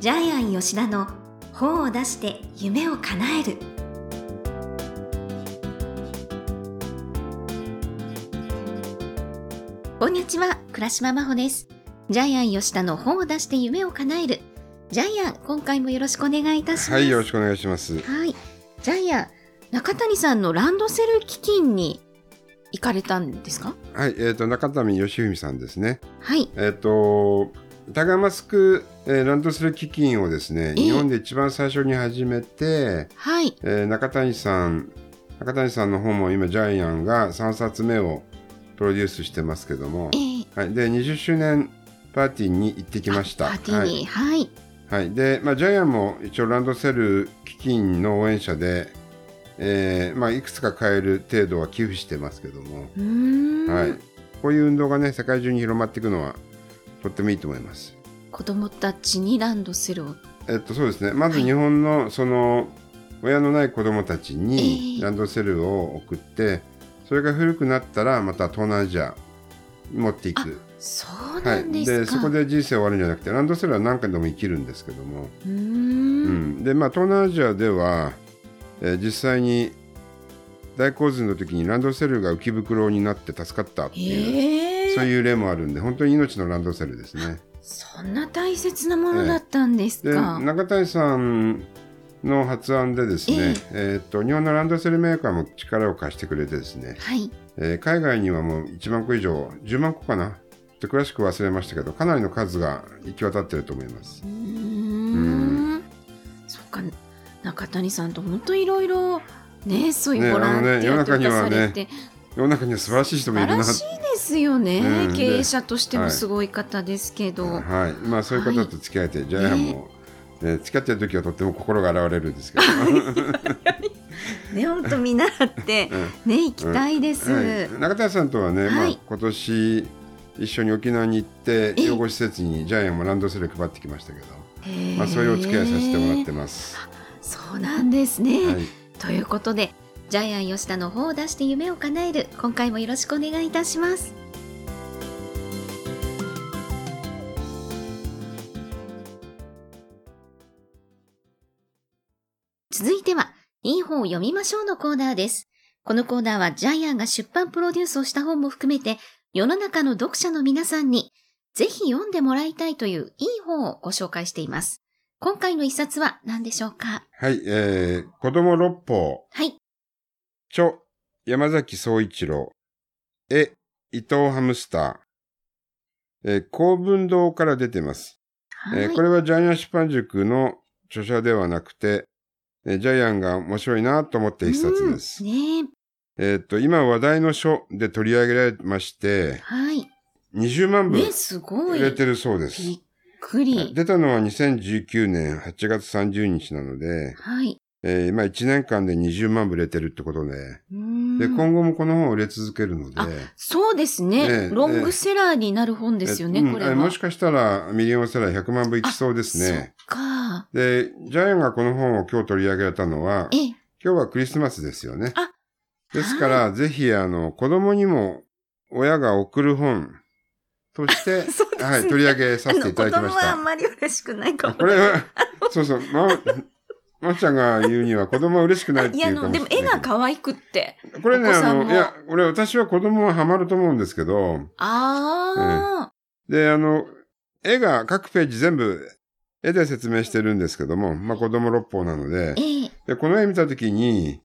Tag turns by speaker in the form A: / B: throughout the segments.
A: ジャイアン吉田の本を出して夢を叶えるこんにちは倉島真帆ですジャイアン吉田の本を出して夢を叶えるジャイアン今回もよろしくお願いいたします
B: はい、よろしくお願いします。
A: はいジャイアン中谷さんのランドセル基金に行かれたんですか
B: はい、えっ、と、中谷義文さんですね。
A: はい
B: えっ、と、タガマスク、えーランドセル基金をですね、
A: え
B: 日本で一番最初に始めて、
A: はい
B: えー中谷さん、中谷さんの方も今、ジャイアンが3冊目をプロデュースしてますけども
A: え、ー、
B: はい、で、20周年パーティーに行ってきました。
A: パーティーにはい、
B: はい、で、まあ、ジャイアンも一応ランドセル基金の応援者で、えーまあ、いくつか買える程度は寄付してますけども、
A: うーん、
B: はい、こういう運動がね世界中に広まっていくのはとってもいいと思います。
A: 子供たちにランドセルを
B: えっとそうですねまず日本のその親のない子どもたち
A: え
B: に
A: え
B: ランドセルを送ってそれが古くなったらまた東南アジアに持っていく。
A: そう
B: は
A: なん
B: い、
A: で
B: ですそ
A: か、
B: こで人生終わるんじゃなくてランドセルは何回でも生きるんですけども、
A: うー
B: うん
A: ん
B: でまあ、東南アジアでは、えー実際に大洪水の時にランドセルが浮き袋になって助かったっていう、
A: へえ
B: そういう例もあるんで本当に命のランドセルですね。
A: そんな大切なものだったんです
B: で
A: か、
B: 中谷さんの発案でですね、えーっと日本のランドセルメーカーも力を貸してくれてですね、
A: はい
B: えー海外にはもう1万個以上10万個かなちょっと詳しく忘れましたけどかなりの数が行き渡ってると思います
A: うーんそっか中谷さんと本当いろいろねそうい
B: ね
A: うボランティアと
B: あのね
A: か
B: 世の中
A: さ
B: には
A: れ
B: ね
A: て、
B: 世の中には素晴らしい人
A: 素
B: もい
A: 晴
B: る
A: ら
B: な
A: しいですよね、
B: うん
A: 経営者としても
B: はい
A: すごい方ですけど、
B: はいまあ、そういう方と付き合えて、ジャイアンも、えー付き合ってる時はとっても心が洗われるん ですけど、
A: ね本当見習って
B: うん
A: ね行きたいです、
B: はい、中谷さんとはね、
A: は
B: まあ
A: い、
B: 今年一緒に沖縄に行って
A: え
B: 養護施設にジャイアンもランドセル配ってきましたけど、
A: へえ
B: まあ、そういうお付き合いさせてもらってます。
A: そうなんですね、
B: はい、
A: ということでジャイアン吉田の方を出して夢を叶える今回もよろしくお願いいたします続いてはいい本を読みましょうのコーナーですこのコーナーはジャイアンが出版プロデュースをした本も含めて世の中の読者の皆さんにぜひ読んでもらいたいといういい本をご紹介しています今回の一冊は何でしょうか
B: はい、えー、子供六法、
A: はい
B: 著、山崎総一郎、絵、伊藤ハムスター、えー、公文堂から出てます。えー
A: はい
B: これはジャイアン出版塾の著者ではなくて、えージャイアンが面白いなと思った一冊です。
A: うんね
B: えっ、と、今話題の書で取り上げられまし
A: え
B: て、
A: はい。
B: 20万部
A: ね、すご
B: 売
A: い。
B: れてるそうです。
A: びっくり。
B: 出たのは2019年8月30日なので、
A: はい。
B: えーまあ1年間で20万部売れてるってことで、
A: うーん
B: で、今後もこの本を売れ続けるので、
A: あそうですね、
B: ええ
A: ロングセラーになる本ですよね、
B: えっとうん
A: これは。
B: えもしかしたらミリオンセラー100万部いきそうですね。
A: そっか。
B: で、ジャイアンがこの本を今日取り上げたのは、
A: ええ、
B: 今日はクリスマスですよね。
A: あ
B: ですから、ぜひ、あの、子供にも親が送る本として、
A: そうですね
B: はい、取り上げさ
A: あ
B: せ
A: の
B: てい
A: 子
B: ただ
A: 供
B: きまし
A: はあん
B: た。
A: まり嬉しくないかも。
B: これは、そうそう、ま、まっちゃんが言うには子供は嬉しくないって
A: い
B: いう
A: や、あ
B: かもしれ
A: の、
B: な
A: で
B: い
A: も絵が可愛くって。
B: これね、
A: お子さ
B: あ
A: んも
B: の、いや、俺、私は子供はハマると思うんですけど、
A: あ
B: で、あの、絵が各ページ全部絵で説明してるんですけども、まあ子供六法なので
A: あ、、ええ
B: でこの絵見たときに、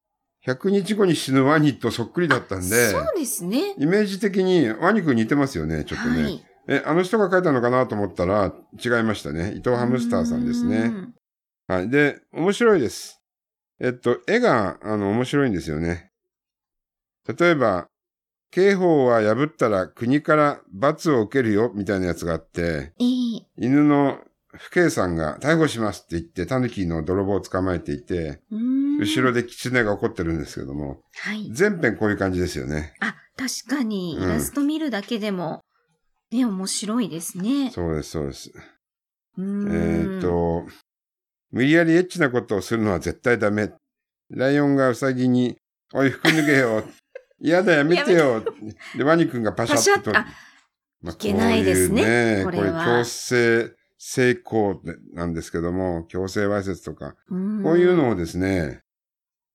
B: 100日後に死ぬワニとそっくりだったんで、
A: そうですね。
B: イメージ的にワニくん似てますよね、ちょっとね。
A: はい。
B: え、あの人が描いたのかなと思ったら違いましたね。伊藤ハムスターさんです
A: う
B: ね。
A: ん
B: はい。で、面白いです。えっと、絵が、あの、面白いんですよね。例えば、刑法は破ったら国から罰を受けるよ、みたいなやつがあって、
A: ええ
B: 犬の不警さんが逮捕しますって言って、狸の泥棒を捕まえていて、
A: うーん
B: 後ろで狐が怒ってるんですけども、
A: はい。
B: 全編こういう感じですよね。
A: あ、確かに、イ
B: うん
A: ラスト見るだけでも、ね、面白いですね。
B: そうです、そうです。
A: う
B: え
A: ー
B: ー
A: ん
B: っ、と、無理やりエッチなことをするのは絶対ダメ。ライオンがウサギに、おい、服脱 げよ。嫌だ、やめてよ。で、ワニ君がパシャッと。
A: パシャッあ
B: まあ
A: いけないですね
B: こうい
A: これ
B: うこれ
A: は
B: 強制性交なんですけども、強制わいせつとか、
A: うん
B: こういうのをですね、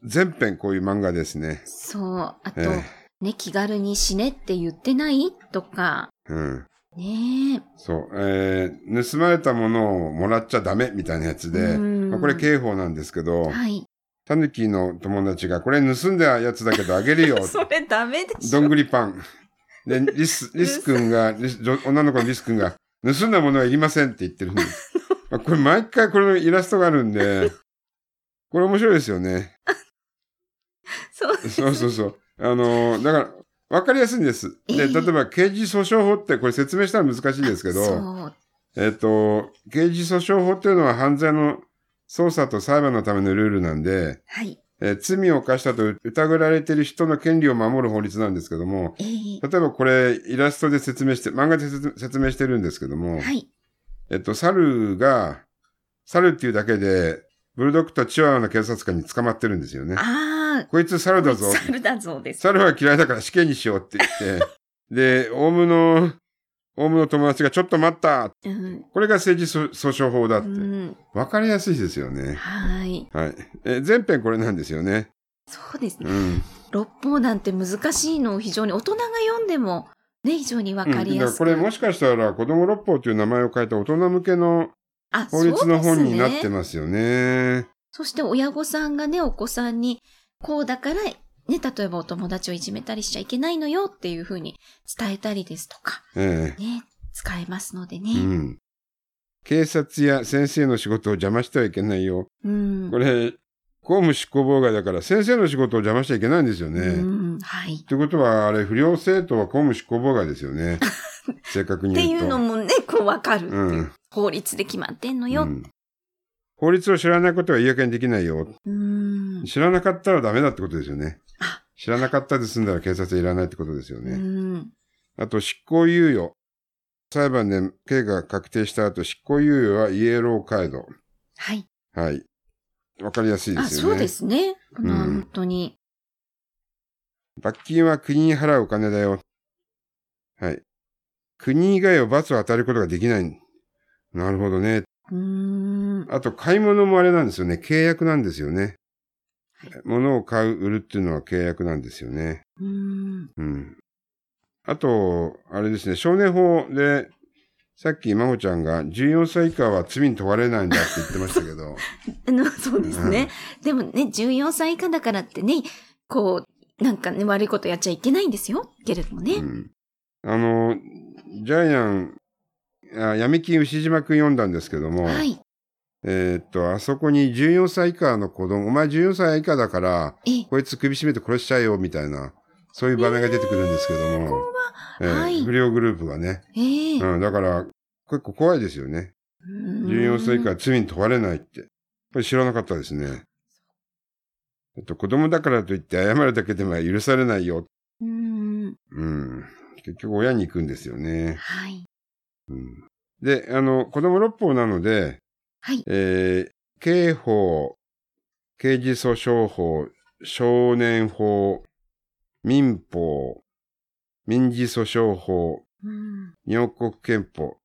B: 全編こういう漫画ですね。
A: そう。あと、
B: ええ
A: ね、気軽に死ねって言ってないとか、
B: うん。
A: ねえ。
B: そう。えー盗まれたものをもらっちゃダメみたいなやつで、
A: うん
B: まあ、これ刑法なんですけど、
A: はい。
B: タヌキの友達が、これ盗んだやつだけどあげるよ。
A: それダメでし
B: ど
A: ょ
B: ん。ぐりパン。で、リス、リス君が、リス女女の子のリス君が、盗んだものはいりませんって言っ てるんです。まあこれ毎回これのイラストがあるんで、これ面白いですよね。
A: そう。
B: そうそうそう。あのーだから、わかりやすいんです。
A: ええ
B: で、例えば刑事訴訟法ってこれ説明したら難しいんですけど、
A: そう。
B: えっと、刑事訴訟法っていうのは犯罪の捜査と裁判のためのルールなんで、
A: はい。
B: えー罪を犯したと疑われている人の権利を守る法律なんですけども、
A: ええ
B: 例えばこれ、イラストで説明して、漫画で説説明してるんですけども、
A: はい。
B: えっと、猿が、猿っていうだけで、ブルドッグとチワワの警察官に捕まってるんですよね。
A: ああ。
B: こいつ猿だぞ。
A: 猿だぞです。
B: 猿は嫌いだから死刑にしようって 言って、で、オウムの、オウムの友達がちょっと待った。
A: うん。
B: これが政治訴訴訟法だ
A: う
B: って。
A: ん。
B: わかりやすいですよね。
A: はい。
B: はい。え、全編これなんですよね。
A: そうですね。
B: うん。
A: 六方なんて難しいのを非常に大人が読んでも、ね、非常にわかりや
B: うんだら
A: す
B: こ
A: く。
B: れもしかしたら子供六法という名前を変えた大人向けの
A: あ、
B: 法律の本に
A: そ
B: なっ
A: うで
B: て
A: すね。
B: ますよね。
A: そして親御さんがね、お子さんに、こうだから、ね、例えばお友達をいじめたりしちゃいけないのよっていうふうに伝えたりですとか、
B: え
A: ね、使えますので
B: えう
A: ね。
B: ん。警察や先生の仕事を邪魔してはいけないよ。
A: うん。
B: これ、公務執行妨害だから先生の仕事を邪魔しちゃいけないんですよね。
A: う
B: っ
A: ん、はい。
B: てことは、あれ、不良生徒は公務執行妨害ですよ ね。正確
A: っ
B: に
A: てい
B: 言う
A: う
B: と。
A: のもね、こうわかるっていうう。
B: ん
A: 法律で決まってんの
B: う
A: よ。
B: ん。法律を知らないことは言い訳にできないよ。
A: うん。
B: 知らなかったらダメだってことですよね
A: あ。
B: 知らなかったで済んだら警察いらないってことですよ
A: う
B: ね。
A: ん。
B: あと、執行猶予。裁判で刑が確定した後、執行猶予はイエローカード。
A: はい。
B: はい。わかりやすいで
A: あ、
B: すよ
A: そ
B: ね。
A: うですね。この
B: うん
A: 本当に。
B: 罰金は国に払うお金だよ。はい。国以外を罰を与えることができない。なるほどね。
A: うん。
B: あと、買い物もあれなんですよね。契約なんですよね
A: はい。
B: 物を買う、売るっていうのは契約なんですよね。
A: うん。
B: うん。あと、あれですね、少年法で、さっき真帆ちゃんが14歳以下は罪に問われないんだって言ってましたけ ど、
A: あのそうですね。でもね、14歳以下だからってね、こう、なんかね、悪いことやっちゃいけないんですよ。けれどもね。
B: うん、あの、ジャイアン、あ闇金牛島くん読んだんですけども、
A: はい。
B: えーっと、あそこに14歳以下の子供、お前14歳以下だから、
A: ええ、
B: こいつ首絞めて殺しちゃえよ、みたいな、そういう場面が出てくるんですけども、えー
A: はい
B: 不良グループがね、
A: ええ。
B: うん、だから、結構怖いですよね。
A: うん
B: 14歳以下は罪に問われないって。これ知らなかったですね。えっと、子供だからといって謝るだけでも許されないよ。
A: うん。
B: うん。結局親に行くんですよね。
A: はい。
B: うん、で、あの、子供六法なので、
A: はい。
B: えー刑法、刑事訴訟法、少年法、民法、民事訴訟法、
A: うん。
B: 日本国憲法。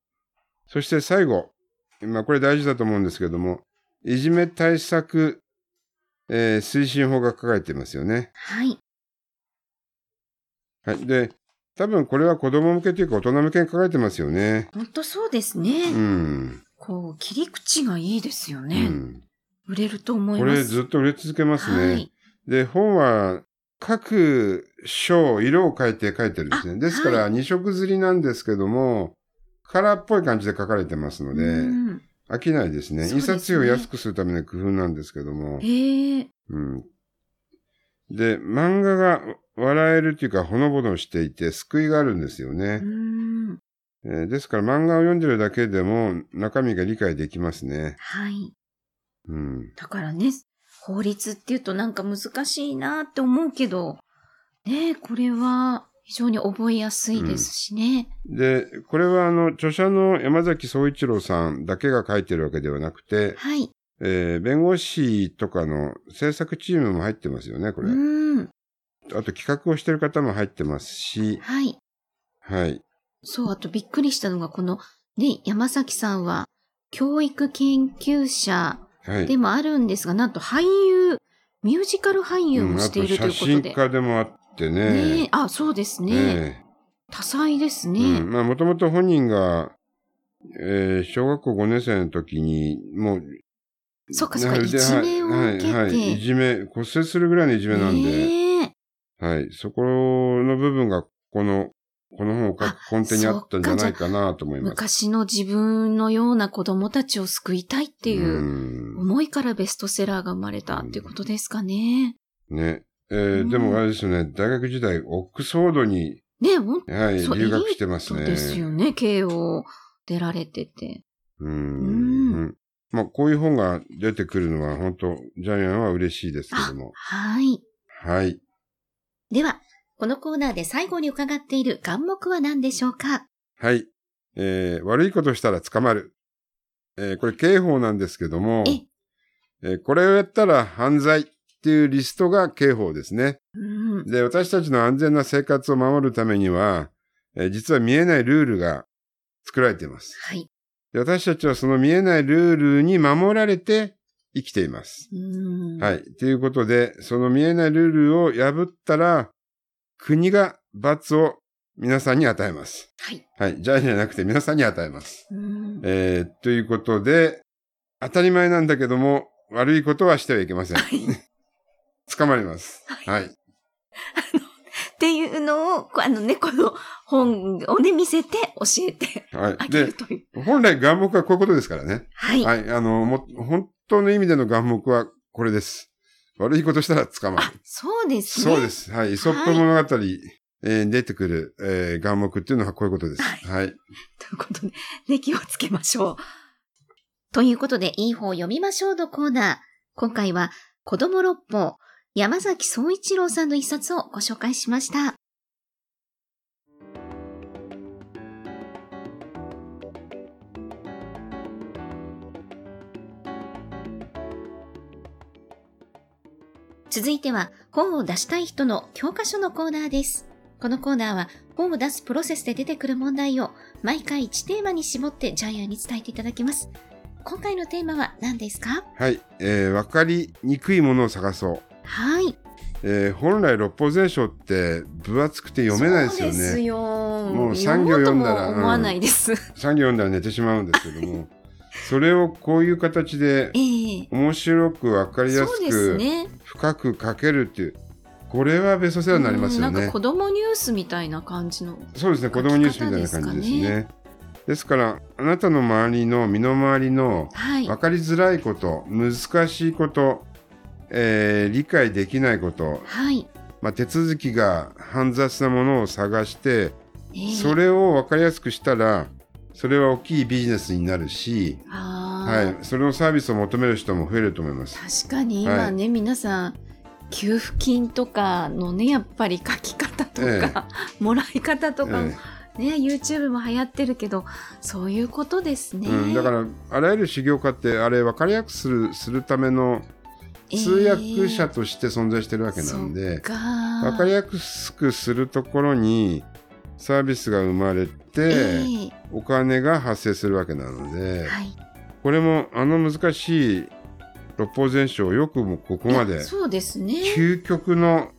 B: そして最後、まあこれ大事だと思うんですけども、いじめ対策、えー推進法が書かれていますよね。
A: はい。
B: はい。で、多分これは子供向けというか大人向けに書かれてますよね。
A: 本当そうですね。
B: うん。
A: こう、切り口がいいですよ
B: う
A: ね。
B: ん、
A: 売れると思い
B: こ
A: ます。
B: れずっと売れ続けますね。
A: はい。
B: で、本は各章、色を変えて書いてるんですね。
A: あ
B: ですから、二色刷りなんですけども、カラーっぽい感じで書かれてますの
A: う
B: で、
A: ん
B: 飽きないですね。
A: そうですね
B: 印刷費を安くするための工夫なんですけども、
A: ええ。
B: うん。で、漫画が笑えるというか、ほのぼのしていて、救いがあるんですよ
A: う
B: ね。
A: ん。
B: えーですから、漫画を読んでるだけでも、中身が理解できますね。
A: はい。
B: うん。
A: だからね、法律っていうとなんか難しいなって思うけど、ねえこれは非常に覚えやすいですしね。
B: で、これは、あの、著者の山崎総一郎さんだけが書いてるわけではなくて、
A: はい。
B: えー弁護士とかの制作チームも入ってますよね、これ。
A: うん。
B: あと企画をしてる方も入ってますし、
A: はい。
B: はい。
A: そう、あとびっくりしたのが、この、ね、山崎さんは、教育研究者
B: はい。
A: でもあるんですが、なんと俳優、ミュージカル俳優
B: う
A: も
B: ん、あ
A: して
B: と
A: いるとい
B: 写
A: うこと
B: 真
A: で。
B: 家でもあって
A: ね
B: ね。
A: えあ、そうですね。
B: え
A: 多彩です
B: え
A: ね。
B: うんまあ、もともと本人が、えー小学校5年生の時に、もう、
A: そっかそっか、
B: なる
A: い
B: で
A: じめを受けて。
B: はいはいはい、いじめ、骨折するぐらいのいじめなんで、
A: ねえ
B: はい、そこの部分が、この、この本を書
A: あ
B: く根底にあったんじゃないかなと思います。
A: 昔の自分のような子供たちを救いたいっていう
B: う
A: 思いからベストセラーが生まれたっていうことですかね。
B: んね。え
A: う
B: ー、
A: ん
B: でもあれですね、大学時代、オックスフォードに、
A: ねえ、本
B: はい、
A: そう
B: 留学してます
A: 当
B: ね。
A: ですよね、慶応出られてて。
B: うん
A: うん
B: うんまあ、こういう本が出てくるのは、本当ジャイアンは嬉しいですけども。
A: はい。
B: はい。
A: では、このコーナーで最後に伺っている願目は何でしょうか
B: はい。えー悪いことしたら捕まる。えーこれ刑法なんですけども、
A: え
B: えーこれをやったら犯罪っていうリストが刑法ですね。
A: うん。
B: で、私たちの安全な生活を守るためには、えー実は見えないルールが作られています。
A: はい。
B: で私たちはその見えないルールに守られて生きています。
A: うん。
B: はい。ということで、その見えないルールを破ったら、国が罰を皆さんに与えます。
A: はい。
B: はい。じゃあじゃなくて皆さんに与えます。
A: うん。
B: えー、ということで、当たり前なんだけども、悪いことはしてはいけません。
A: はい
B: 捕まります。はい。
A: っていうのを、こうあのね、この本をね、見せて教えて
B: は
A: あ
B: い。
A: げ
B: で
A: る、という。
B: 本来願目はこういうことですからね。
A: はい。
B: はい。あの、も、本当の意味での願目はこれです。悪いことしたら捕まる
A: あ。、そうですね。
B: そうです。はい。イソップ物語、えー出てくる、えー、眼目っていうのはこういうことです。はい。
A: ということで、ね、気をつけましょう。ということで、いい方を読みましょうのコーナー。今回は、子供六法、山崎総一郎さんの一冊をご紹介しました。続いては、本を出したい人の教科書のコーナーです。このコーナーは、本を出すプロセスで出てくる問題を、毎回1テーマに絞ってジャイアンに伝えていただきます。今回のテーマは何ですか
B: はい。えー、わかりにくいものを探そう。
A: はい。
B: えー、本来六法全書って分厚くて読めないですよ
A: そうです
B: ね。
A: よ。
B: う産業読ん
A: 読も
B: だら
A: うとも思わないです。
B: 産業読んだら寝てしまうんですけども、 それをこういう形で
A: ええ
B: 面白くわかりや
A: そう
B: す
A: です
B: く
A: ね。
B: 深く書けるっていう、これはベストセラーになります
A: う
B: よ
A: んなんか
B: ね
A: 子。供ニュースみたいな感じの。
B: そうですね。子供ニュースみたいな感じです
A: 書き方
B: ね。ですから、あなたの周りの身の回りの
A: はい。
B: 分かりづらいこと難しいこと、えー理解できないこと、
A: はい。
B: まあ、手続きが煩雑なものを探して
A: ええ
B: それを分かりやすくしたらそれは大きいビジネスになるし、
A: ああ、
B: はい、それのサービスを求める人も増えると思います。
A: 確かに今ね、皆さん、給付金とかのね、やっぱり書き方とか、
B: え
A: もらい方とかも
B: え
A: ね、YouTube も流行ってるけど、そういうことです
B: え
A: ね。
B: うん、だからあらゆる修行家ってあれ分かりやすくするするための通訳者として存在してるわけなんで。
A: えーそっか
B: 分かりやすくするところにサービスが生まれて、
A: え
B: お金が発生するわけなの
A: え
B: で
A: はい。
B: これもあの難しい六法全書をよくもここま
A: い
B: で
A: やそうですね。
B: 究極の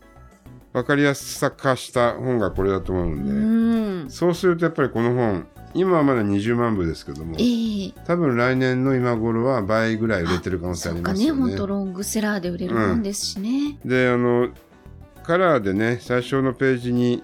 B: 分かりやすさ化した本がこれだと思う
A: うん
B: で
A: ん。
B: そうするとやっぱりこの本今はまだ20万部ですけども
A: ええ
B: 多分来年の今頃は倍ぐらい売れてる可能性あ
A: そ
B: り
A: うか
B: ます
A: ね、
B: よ
A: 本
B: ね。
A: 当ロングセラーで売れる本ですしね。
B: であのカラーでね最初のページに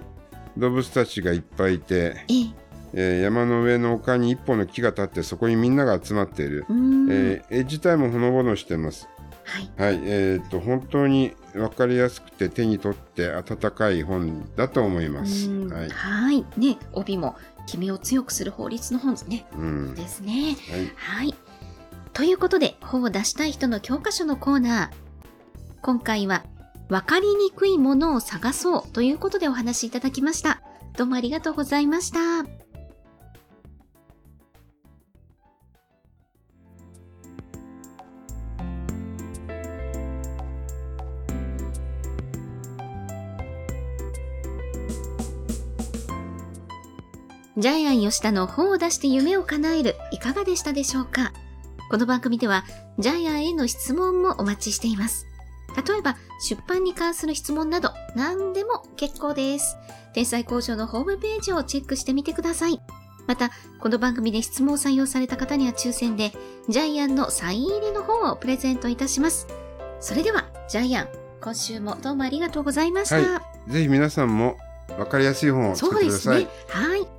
B: 動物たちがいっぱいいて、
A: ええ
B: えー山の上の丘に一本の木が立ってそこにみんなが集まっている。
A: うん、
B: えー絵自体もほのぼのしてます。
A: はい。
B: はい、えー、と本当に分かりやすくて手に取って温かい本だと思います。
A: うん
B: はい、
A: はい。ね、帯も君を強くする法律の本ですね。
B: うん、は
A: ですね。
B: い、
A: はい。ということで、本を出したい人の教科書のコーナー。今回は、わかりにくいものを探そうということでお話しいただきました。どうもありがとうございました。ジャイアン吉田の本を出して夢を叶えるいかがでしたでしょうかこの番組ではジャイアンへの質問もお待ちしています。例えば出版に関する質問など何でも結構です。天才工場のホームページをチェックしてみてください。また、この番組で質問を採用された方には抽選でジャイアンのサイン入りの本をプレゼントいたします。それではジャイアン、今週もどうもありがとうございました。
B: はぜひ皆さんも分かりやすい本を
A: そ
B: 作っ
A: うで
B: てくだ
A: す
B: さい
A: ね。。はい。